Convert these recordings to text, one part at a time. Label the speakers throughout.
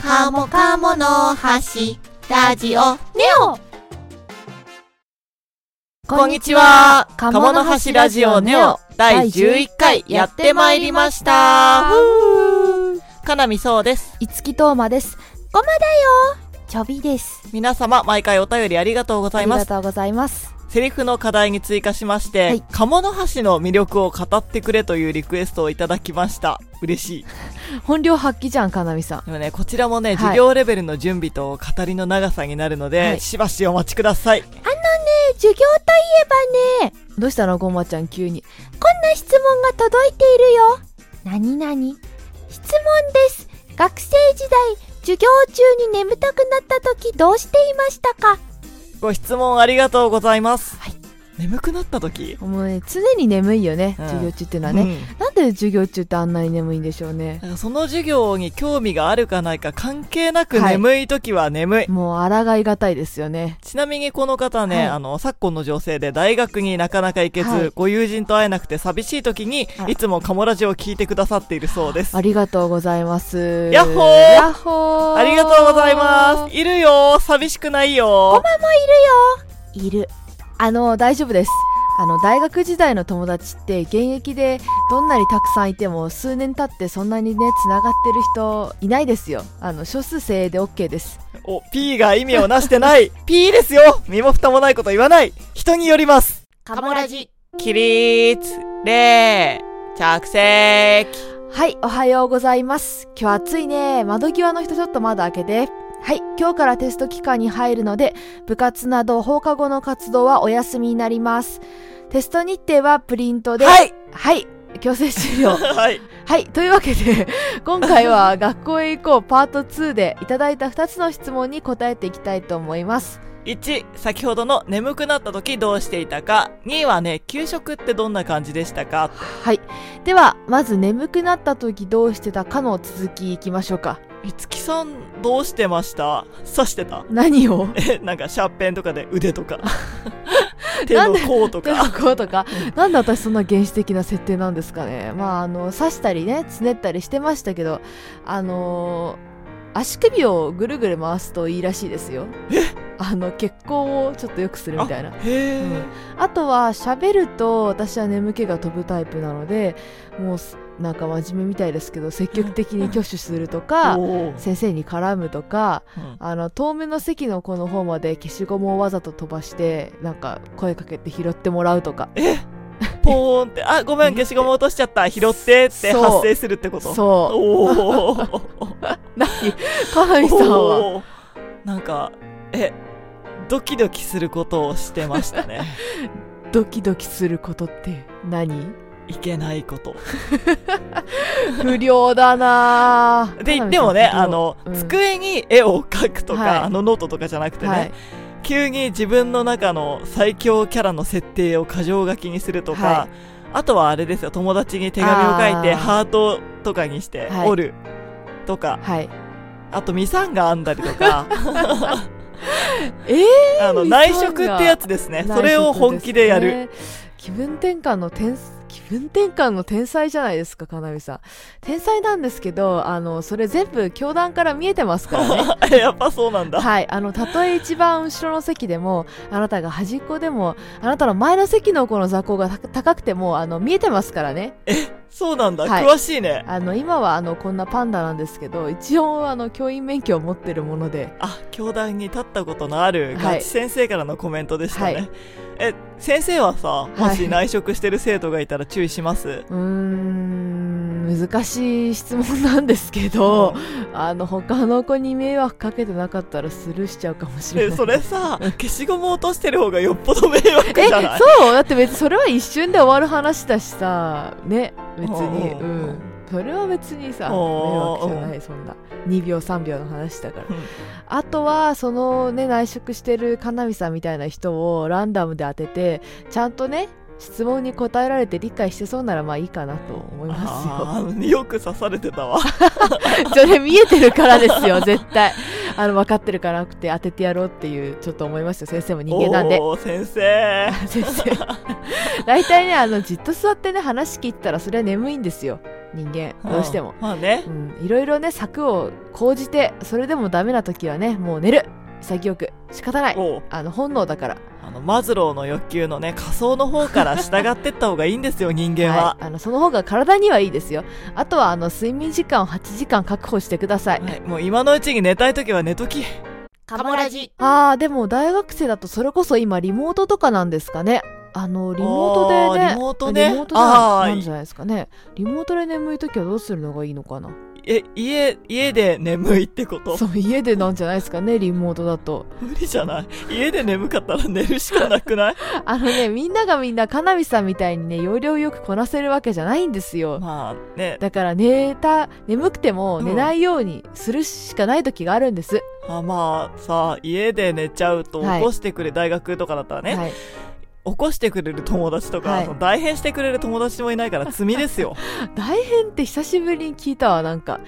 Speaker 1: カモカモの橋ラジオネオ
Speaker 2: こんにちは。鴨の橋ラジオネオ第11回やってまいりました。ふうかなみそうです。
Speaker 3: いつきとうまです。ごまだよちょびです。
Speaker 2: 皆様、毎回お便りありがとうござ
Speaker 3: あ
Speaker 2: い
Speaker 3: り
Speaker 2: ま
Speaker 3: が
Speaker 2: す。
Speaker 3: とうございます。
Speaker 2: セリフの課題に追加しまして、
Speaker 3: はい
Speaker 2: 鴨の橋の魅力を語ってくれというリクエストをいただきました。嬉しい。
Speaker 3: 本領発揮じゃん、かなみさん。
Speaker 2: でもね、こちらもね、
Speaker 3: い
Speaker 2: 授業レベルの準備と語りの長さになるので、
Speaker 3: はい
Speaker 2: しばしお待ちください。
Speaker 3: 授業といえばね。どうしたの、ごまちゃん、急に。こんな質問が届いているよ。なになに質問です。学生時代、授業中に眠たくなった時どうしていましたか
Speaker 2: ご質問ありがとうございます。
Speaker 3: はい
Speaker 2: 眠くなった時
Speaker 3: もうね、常に眠いよね、
Speaker 2: うん
Speaker 3: 授業中っていうのは
Speaker 2: う
Speaker 3: ね。
Speaker 2: ん
Speaker 3: なんで授業中ってあんなに眠いんでしょうね。
Speaker 2: だからその授業に興味があるかないか関係なく
Speaker 3: はい
Speaker 2: 眠い時は眠い、
Speaker 3: もう抗いがたいですよね。
Speaker 2: ちなみにこの方ね、
Speaker 3: はい
Speaker 2: あの昨今の情勢で大学になかなか行けず、
Speaker 3: はい
Speaker 2: ご友人と会えなくて寂しい時に
Speaker 3: あら
Speaker 2: いつもカモラジオを聞いてくださっているそうです
Speaker 3: ありがとうございます。
Speaker 2: やっほー
Speaker 3: やっほー
Speaker 2: ありがとうございますいるよ寂しくないよ
Speaker 3: いる。あの、大丈夫です。あの、大学時代の友達って現役でどんなにたくさんいても数年経ってそんなにね、繋がってる人いないですよ。あの、少数精鋭で OK です。
Speaker 2: お P が意味をなしてない P ですよ身も蓋もないこと言わない人によります
Speaker 1: カモラジ
Speaker 2: 起立礼着席
Speaker 3: はい、おはようございます。今日暑いね。窓際の人ちょっと窓開けて。はい、今日からテスト期間に入るので、部活など放課後の活動はお休みになります。テスト日程はプリントで。。
Speaker 2: はいい
Speaker 3: はい、強制終了。
Speaker 2: はい
Speaker 3: はい、というわけで今回 は「学校へ行こう」パート2でいただいた2つの質問に答えていきたいと思います
Speaker 2: 1先ほどの眠くなった時どうしていたか2はね給食ってどんな感じでしたか
Speaker 3: はいではまず眠くなった時どうしてたかの続きいきましょうか
Speaker 2: いつきさんどうしてました刺してた
Speaker 3: 何を
Speaker 2: えなんかシャーペンとかで腕 とか手の甲と
Speaker 3: 手の
Speaker 2: か
Speaker 3: 甲とかなんで私そんな原始的な設定なんですかねまああの刺したりねつねったりしてましたけどあのー足首をぐるぐる回すといいらしいですよあの血行をちょっと良くするみたいな
Speaker 2: へえ、
Speaker 3: うんあとは喋ると私は眠気が飛ぶタイプなのでもうすなんか真面目みたいですけど積極的に挙手するとか
Speaker 2: おー
Speaker 3: 先生に絡むとか
Speaker 2: うん
Speaker 3: あの遠目の席の子の方まで消しゴムをわざと飛ばしてなんか声かけて拾ってもらうとか
Speaker 2: ポーンってあごめん消しゴム落としちゃった拾ってって
Speaker 3: そう
Speaker 2: 発生するってことう
Speaker 3: そ
Speaker 2: お ー
Speaker 3: う何かなみさんは
Speaker 2: おーなんかえドキドキすることをしてまし たね
Speaker 3: ドキドキすることって 何
Speaker 2: いけないこと
Speaker 3: 不良だなぁか
Speaker 2: で
Speaker 3: なみさん
Speaker 2: 言ってもね
Speaker 3: 不良
Speaker 2: あの、
Speaker 3: うん
Speaker 2: 机に絵を描くとか、
Speaker 3: はい
Speaker 2: あのノートとかじゃなくてね、
Speaker 3: はい
Speaker 2: 急に自分の中の最強キャラの設定を過剰書きにするとか、
Speaker 3: は
Speaker 2: あとはあれですよ友達に手紙を書いて
Speaker 3: あー
Speaker 2: ハートとかにして
Speaker 3: はい
Speaker 2: 折るとか、
Speaker 3: はい
Speaker 2: あとミサンガ編んだりと か
Speaker 3: えー
Speaker 2: あの
Speaker 3: ミサンガ
Speaker 2: 内職ってやつですねそれを本気でやる、
Speaker 3: 内職ですね気分転換の天気分転換の天才じゃないですかかなみさん天才なんですけどあのそれ全部教団から見えてます からね
Speaker 2: やっぱそうなんだ、
Speaker 3: はいあのたとえ一番後ろの席でもあなたが端っこでもあなたの前の席の子の座高が高高くてもあの見えてますからね
Speaker 2: そうなんだ、
Speaker 3: はい
Speaker 2: 詳しいね
Speaker 3: あの今はあのこんなパンダなんですけど一応あの教員免許を持ってるもので
Speaker 2: あ教団に立ったことのある
Speaker 3: は
Speaker 2: ガ
Speaker 3: い
Speaker 2: チ先生からのコメントでしたね、
Speaker 3: はい
Speaker 2: え先生はさも
Speaker 3: は
Speaker 2: し
Speaker 3: い
Speaker 2: 内職してる生徒がいたら注意します、
Speaker 3: うーん難しい質問なんですけど、あの他の子に迷惑かけてなかったらスルーしちゃうかもしれ
Speaker 2: え
Speaker 3: ない。
Speaker 2: それさ消しゴム落としてる方がよっぽど迷惑じ
Speaker 3: え
Speaker 2: ゃない
Speaker 3: そうだって別にそれは一瞬で終わる話だしさね 別に
Speaker 2: う
Speaker 3: うん
Speaker 2: うんうん
Speaker 3: んそれは別にさ迷
Speaker 2: おー
Speaker 3: 惑じゃないそんな2秒3秒の話だから
Speaker 2: うん
Speaker 3: あとはそのね内職してるかなみさんみたいな人をランダムで当ててちゃんとね質問に答えられて理解してそうならまあいいかなと思いますよ
Speaker 2: あーよく刺されてたわ
Speaker 3: それ見えてるからですよ、絶対。あの、分かってるからなくて当ててやろうっていう、ちょっと思いました。先生も人間なんで。
Speaker 2: おー先生
Speaker 3: 先生。大体ね、あの、じっと座ってね、話聞いてたら、それは眠いんですよ。人間 どうしても
Speaker 2: ん、まあね
Speaker 3: うん、いろいろね策を講じてそれでもダメな時はねもう寝る潔く仕方ない
Speaker 2: おう
Speaker 3: あの本能だから
Speaker 2: あのマズローの欲求のね仮想の方から従ってった方がいいんですよ人間は、
Speaker 3: い、あのその方が体にはいいですよあとはあの睡眠時間を8時間確保してください、
Speaker 2: はいもう今のうちに寝たい時は寝とき
Speaker 1: カモラジ
Speaker 3: あーでも大学生だとそれこそ今リモートとかなんですかねあのリモートでね
Speaker 2: あーリモートね
Speaker 3: リモートな
Speaker 2: あー
Speaker 3: んなんじゃないですかねリモートで眠い時はどうするのがいいのかな
Speaker 2: え家家で眠いってこと
Speaker 3: そう家でなんじゃないですかねリモートだと
Speaker 2: 無理じゃない家で眠かったら寝るしかな くない
Speaker 3: あのねみんながみんなかなみさんみたいにね容量よくこなせるわけじゃないんですよ
Speaker 2: まあね
Speaker 3: だから寝た眠くても
Speaker 2: うん
Speaker 3: 寝ないようにするしかない時があるんです、
Speaker 2: あまあさ家で寝ちゃうと
Speaker 3: は
Speaker 2: 起
Speaker 3: い
Speaker 2: こしてくれ、大学とかだったらね、
Speaker 3: はい、
Speaker 2: 起こしてくれる友達とか、
Speaker 3: はい
Speaker 2: その代変してくれる友達もいないから罪で すよ
Speaker 3: 大変って久しぶりに聞いたわなんか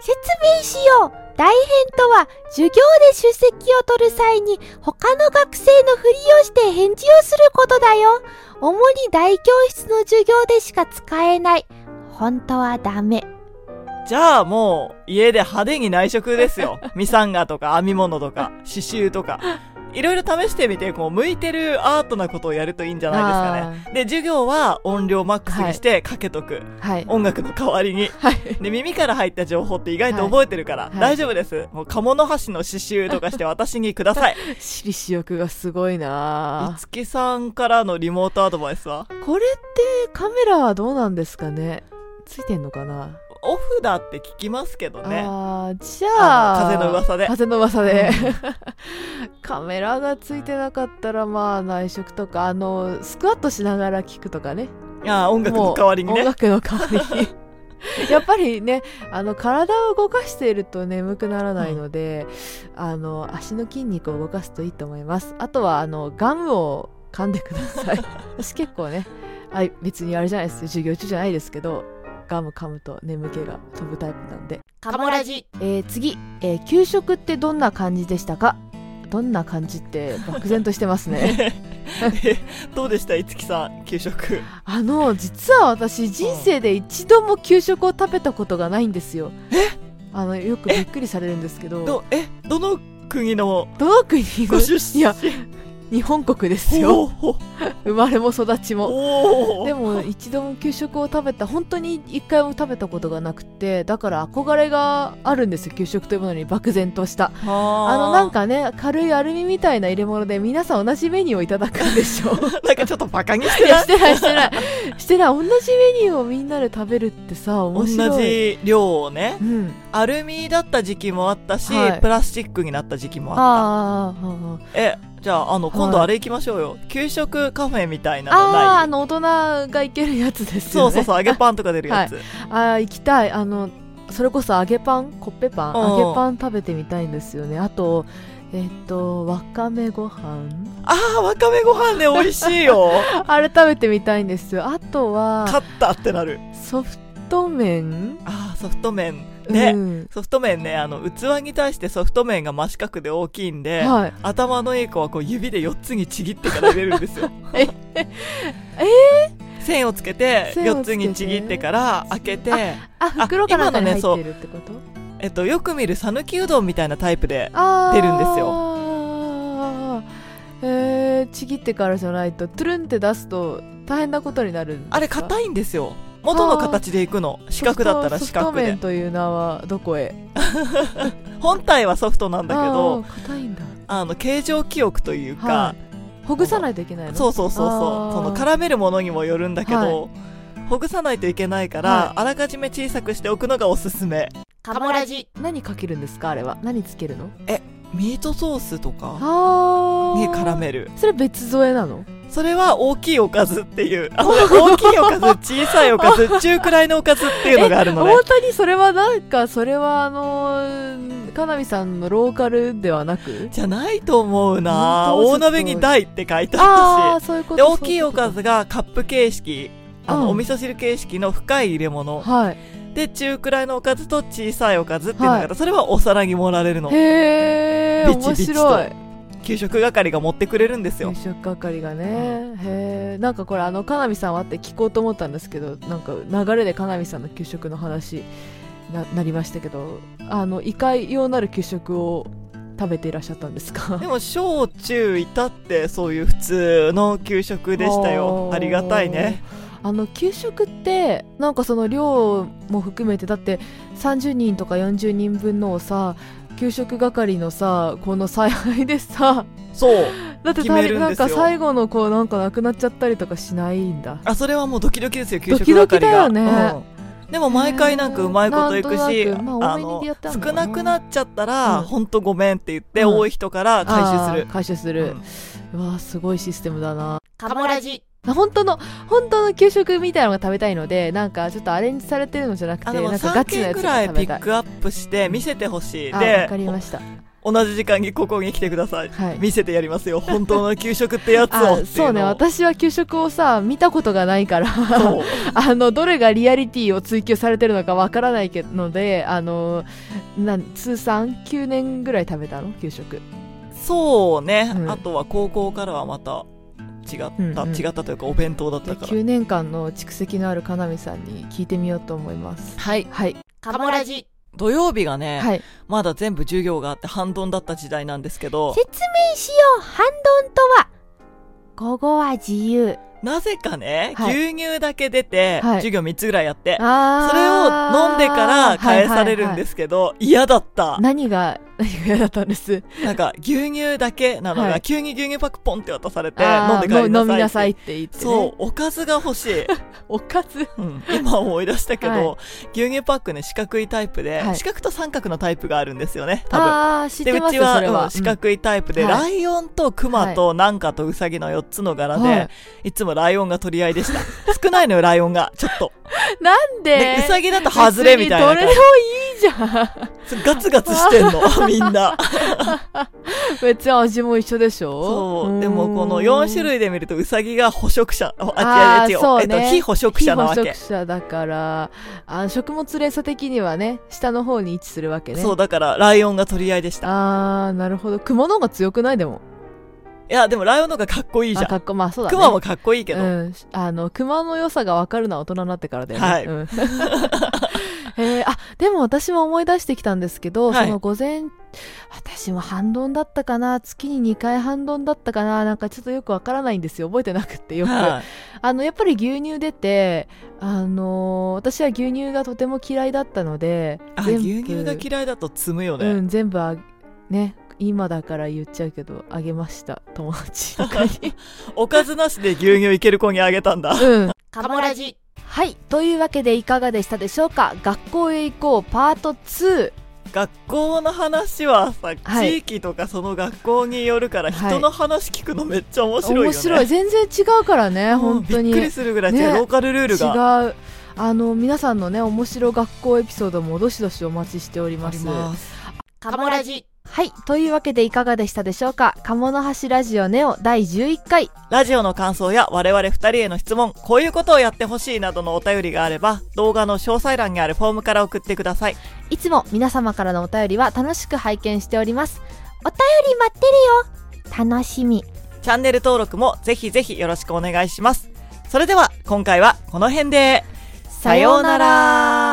Speaker 1: 説明しよう大変とは授業で出席を取る際に他の学生のふりをして返事をすることだよ主に大教室の授業でしか使えない本当はダメ
Speaker 2: じゃあもう家で派手に内職ですよミサンガとか編み物とか刺繍とかいろいろ試してみてこう向いてるアートなことをやるといいんじゃないですかねで授業は音量マックスにしてかけとく、
Speaker 3: はい
Speaker 2: 音楽の代わりに
Speaker 3: はい
Speaker 2: で耳から入った情報って意外と覚えてるから、
Speaker 3: はい
Speaker 2: 大丈夫ですもう鴨の橋の刺繍とかして私にく ださい
Speaker 3: 私利私欲がすごいない
Speaker 2: つきさんからのリモートアドバイスは
Speaker 3: これってカメラはどうなんですかねついてんのかな、
Speaker 2: オフだって聞きますけどね
Speaker 3: あーじゃあ
Speaker 2: あの風の噂で
Speaker 3: 風の噂で カメラがついてなかったらまあ内職とかあのスクワットしながら聞くとかね
Speaker 2: あー音楽
Speaker 3: も
Speaker 2: の
Speaker 3: う
Speaker 2: 代わりに
Speaker 3: 音
Speaker 2: ね
Speaker 3: 楽の代わ りにやっぱりねあの体を動かしていると眠くならないので、あの足の筋肉を動かすといいと思いますあとはあのガムを噛んでくださ い私結構ねあ別にあれじゃないです授業中じゃないですけどガム噛むと眠気が飛ぶタイプなんで、
Speaker 1: カモラジ
Speaker 3: えー次、えー給食ってどんな感じでしたかどんな感じって漠然としてますね
Speaker 2: どうでしたいつきさん給食
Speaker 3: あの実は私人生で一度も給食を食べたことがないんですよあのよくびっくりされるんですけどど
Speaker 2: どえどの国の
Speaker 3: の国の
Speaker 2: ご出身
Speaker 3: いや日本国ですよ
Speaker 2: おー
Speaker 3: 生まれも育ちも
Speaker 2: おー
Speaker 3: でも一度も給食を食べた本当に一回も食べたことがなくてだから憧れがあるんですよ給食というものに漠然とした
Speaker 2: あ
Speaker 3: あ
Speaker 2: ー
Speaker 3: のなんかね軽いアルミみたいな入れ物で皆さん同じメニューをいただくんでしょう
Speaker 2: なんかちょっとバカにし
Speaker 3: い
Speaker 2: て
Speaker 3: や
Speaker 2: な
Speaker 3: してないしてないしてない同じメニューをみんなで食べるってさ面
Speaker 2: 同
Speaker 3: 白い
Speaker 2: じ量をね
Speaker 3: うん
Speaker 2: アルミだった時期もあったし、
Speaker 3: はい
Speaker 2: プラスチックになった時期もあっ
Speaker 3: あーあーあー
Speaker 2: たえじゃああの
Speaker 3: はい
Speaker 2: 今度あれ行きましょうよ、給食カフェみたいなの
Speaker 3: あー
Speaker 2: な
Speaker 3: あ
Speaker 2: い
Speaker 3: の大人がいけるやつです
Speaker 2: そ
Speaker 3: よね
Speaker 2: うそうそう揚げパンとか出るやつ、
Speaker 3: ああー行きたいあのそれこそ揚げパンコッペパン
Speaker 2: うん
Speaker 3: 揚げパン食べてみたいんですよねあとえっ、とわかめご 飯
Speaker 2: ああわかめご飯で美味しいよ
Speaker 3: あれ食べてみたいんですよあとは
Speaker 2: 勝ったってなる
Speaker 3: ソフト麺
Speaker 2: ああソフト麺ね、
Speaker 3: うん
Speaker 2: ソフト麺ねあの器に対してソフト麺が真四角で大きいんで、
Speaker 3: はい
Speaker 2: 頭のいい子はこう指で4つにちぎってから入れるんですよ
Speaker 3: ええ
Speaker 2: 線をつけて
Speaker 3: 線を
Speaker 2: 4
Speaker 3: つけ
Speaker 2: つ
Speaker 3: て
Speaker 2: にちぎってから開けて
Speaker 3: あ袋かなんかに
Speaker 2: 今の
Speaker 3: 入
Speaker 2: ね
Speaker 3: ってるってこと、
Speaker 2: えっと、よく見る讃岐うどんみたいなタイプで
Speaker 3: ああ
Speaker 2: 出るんです
Speaker 3: よえー、ちぎってからじゃないとトゥルンって出すと大変なことになるんですか
Speaker 2: あれ硬いんですよ元の形でいくの四角だったら四
Speaker 3: ソ
Speaker 2: 角
Speaker 3: フト麺
Speaker 2: で
Speaker 3: という名はどこへ
Speaker 2: 本体はソフトなんだけ
Speaker 3: あー
Speaker 2: ど
Speaker 3: 硬いんだ
Speaker 2: あの形状記憶というか、
Speaker 3: はほぐさないといけないの
Speaker 2: そうそうそう
Speaker 3: あ
Speaker 2: そ
Speaker 3: ー
Speaker 2: うその絡めるものにもよるんだけど、ほぐさないといけないから、あらかじめ小さくしておくのがおすすめ
Speaker 1: カモラジ
Speaker 3: 何かけるんですかあれは何つけるの
Speaker 2: ミートソースとか
Speaker 3: あー
Speaker 2: に絡める
Speaker 3: それ別添えなの
Speaker 2: それは大きいおかずっていう あのね大きいおかず小さいおかず中くらいのおかずっていうのがあるのね
Speaker 3: 本当にそれはなんかそれはあのーかなみさんのローカルではなく
Speaker 2: じゃないと思うな
Speaker 3: 本当
Speaker 2: 大鍋に大って書いてあ
Speaker 3: あ
Speaker 2: っ
Speaker 3: あそういうこ
Speaker 2: た
Speaker 3: と
Speaker 2: しで
Speaker 3: そ
Speaker 2: 大
Speaker 3: う
Speaker 2: きいお
Speaker 3: うこと
Speaker 2: かずがカップ形式あの、
Speaker 3: うん
Speaker 2: お味噌汁形式の深い入れ物
Speaker 3: はい
Speaker 2: で中くらいのおかずと小さいおかずっていうのがあって、
Speaker 3: は
Speaker 2: それはお皿に盛られるの
Speaker 3: へえ
Speaker 2: ビチ
Speaker 3: 面
Speaker 2: ビチと
Speaker 3: 白い
Speaker 2: 給食係が持ってくれるんですよ
Speaker 3: 給。食係がね、へえなんかこれあのかなみさんはって聞こうと思ったんですけどなんか流れでかなみさんの給食の話ななりましたけどあの異界用なる給食を食べていらっしゃったんですか
Speaker 2: でも小中至ってそういう普通の給食でしたよ
Speaker 3: お。ー
Speaker 2: ありがたいね。
Speaker 3: あの給食ってなんかその量も含めてだって30人とか40人分のをさ給食係のさこの采配でさ
Speaker 2: そう。
Speaker 3: だって
Speaker 2: 決めるん
Speaker 3: な
Speaker 2: で
Speaker 3: ん
Speaker 2: すよ
Speaker 3: か最後のこうなんかなくなっちゃったりとかしないんだ
Speaker 2: あそれはもうドキドキですよ給
Speaker 3: ド
Speaker 2: 食
Speaker 3: キドキ
Speaker 2: 係
Speaker 3: だよ
Speaker 2: が
Speaker 3: ね
Speaker 2: うんでも毎回なんかうまいこといく
Speaker 3: へ
Speaker 2: し、
Speaker 3: ーなんとなくまあ多めに
Speaker 2: の
Speaker 3: でやったのかな
Speaker 2: 少なくなっちゃったら、
Speaker 3: うん
Speaker 2: ほんとごめんって言って、
Speaker 3: うん
Speaker 2: 多い人から回収する
Speaker 3: あー回収す
Speaker 2: う
Speaker 3: る、
Speaker 2: ん
Speaker 3: うわーすごいシステムだな
Speaker 1: カモラジ。
Speaker 3: 本当の本当の給食みたいなのが食べたいのでなんかちょっとアレンジされてるのじゃなくて
Speaker 2: あでも
Speaker 3: なんかガ
Speaker 2: 3
Speaker 3: チの
Speaker 2: 件
Speaker 3: やつ
Speaker 2: く
Speaker 3: が
Speaker 2: らい
Speaker 3: 食
Speaker 2: ピ
Speaker 3: べた
Speaker 2: ッ
Speaker 3: い
Speaker 2: クアップして見せてほしい
Speaker 3: あわ
Speaker 2: で
Speaker 3: かりました
Speaker 2: 同じ時間にここに来てください、
Speaker 3: はい
Speaker 2: 見せてやりますよ本当の給食ってやつをってい
Speaker 3: あ
Speaker 2: うのを
Speaker 3: そうね私は給食をさ見たことがないから
Speaker 2: そう
Speaker 3: あのどれがリアリティを追求されてるのかわからないけどのであのなん通算9年ぐらい食べたの給食
Speaker 2: そうね、
Speaker 3: うん
Speaker 2: あとは高校からはまた違った、
Speaker 3: うんうん
Speaker 2: 違ったというかお弁当だったから
Speaker 3: 9年間の蓄積のあるかなみさんに聞いてみようと思います
Speaker 2: はい
Speaker 3: はい
Speaker 1: カモラジ。
Speaker 2: 土曜日がね、
Speaker 3: はい
Speaker 2: まだ全部授業があって半ドンだった時代なんですけど、
Speaker 1: 説明しよう、ハンドンとは。午後は自由。
Speaker 2: なぜかね、
Speaker 3: はい
Speaker 2: 牛乳だけ出て、
Speaker 3: はい
Speaker 2: 授業3つぐらいやって、
Speaker 3: あ、
Speaker 2: それを飲んでから返されるんですすけど、嫌だった。
Speaker 3: 何が何が嫌だったんです
Speaker 2: なんか、牛乳だけなのが、
Speaker 3: はい
Speaker 2: 急に牛乳パックポンって渡されて、
Speaker 3: あー
Speaker 2: 飲んで帰りなさい。
Speaker 3: 飲みなさいっ。て言って、ね、
Speaker 2: そう、おかずが欲 しい。
Speaker 3: おかず
Speaker 2: うん今思い出したけど、
Speaker 3: は
Speaker 2: 牛乳パックね、四角いタイプで、
Speaker 3: はい
Speaker 2: 四角と三角のタイプがあるんですよね、多分。
Speaker 3: ああ知っ
Speaker 2: で
Speaker 3: て
Speaker 2: う
Speaker 3: ます
Speaker 2: ち
Speaker 3: よ
Speaker 2: は
Speaker 3: それは、
Speaker 2: うん四角いタイプで、
Speaker 3: はい
Speaker 2: ライオンとクマとなんかとウサギの4つの柄で、
Speaker 3: はい
Speaker 2: い、つもライオンが取り合いでした 少ないのよライオンがちょ っと
Speaker 3: なんで
Speaker 2: でウサギだと外れみたいな
Speaker 3: 別にどれで
Speaker 2: 感
Speaker 3: もいいじゃ
Speaker 2: じガツガツしてん のみんなん
Speaker 3: 別に味も一緒でしょ
Speaker 2: そうでもこの4種類で見るとウサギが捕食者あ
Speaker 3: あ
Speaker 2: 違う違う違う
Speaker 3: ーそう
Speaker 2: えっ
Speaker 3: ね
Speaker 2: と、非捕食
Speaker 3: 非
Speaker 2: 者なわ
Speaker 3: 捕
Speaker 2: け、
Speaker 3: 食者だからあ食物連鎖的にはね下の方に位置するわけね
Speaker 2: そうだからライオンが取り合いでした
Speaker 3: あーなるほど雲の方が強くないでも
Speaker 2: いやでもライオンの方がかっこいいじ
Speaker 3: あ
Speaker 2: ゃ
Speaker 3: か
Speaker 2: ん
Speaker 3: っこまあそうだ、ね、
Speaker 2: クマもかっこいいけど、
Speaker 3: うん、あの熊の良さが分かるのは大人になってからだよね、
Speaker 2: はい
Speaker 3: うん えーあでも私も思い出してきたんですけど、
Speaker 2: はい
Speaker 3: その午前私も半ドンだったかな月に2回半ドンだったかななんかちょっとよく分からないんですよ覚えてなくってよく、
Speaker 2: はい
Speaker 3: あのやっぱり牛乳出てあのー私は牛乳がとても嫌いだったので
Speaker 2: あ
Speaker 3: 全部
Speaker 2: 牛乳が嫌いだと積むよね、
Speaker 3: うん、全部あね今だから言っちゃうけどあげました友達とか に
Speaker 2: おかずなしで牛乳いける子にあげたんだ
Speaker 3: うん
Speaker 1: カモラジ。
Speaker 3: はい。というわけでいかがでしたでしょうか学校へ行こうパート2。
Speaker 2: 学校の話はさ、
Speaker 3: はい
Speaker 2: 地域とかその学校によるから
Speaker 3: はい
Speaker 2: 人の話聞くのめっちゃ面白いよね、
Speaker 3: 面白い。全然違うからね、
Speaker 2: うん
Speaker 3: 本当に。
Speaker 2: びっくりするぐらい違う、
Speaker 3: ね
Speaker 2: ローカルルールが
Speaker 3: 違う。あの、皆さんのね、面白学校エピソードもどしどしお待ちしており
Speaker 2: あ
Speaker 3: ま
Speaker 2: り
Speaker 3: す。
Speaker 2: ます
Speaker 1: カモラジ。
Speaker 3: はい。というわけでいかがでしたでしょうか鴨の橋ラジオネオ第11回。
Speaker 2: ラジオの感想や我々二人への質問こういうことをやってほしいなどのお便りがあれば動画の詳細欄にあるフォームから送ってください
Speaker 3: いつも皆様からのお便りは楽しく拝見しております。
Speaker 1: お便り待ってるよ。楽しみ。
Speaker 2: チャンネル登録もぜひぜひよろしくお願いしますそれでは今回はこの辺でさようなら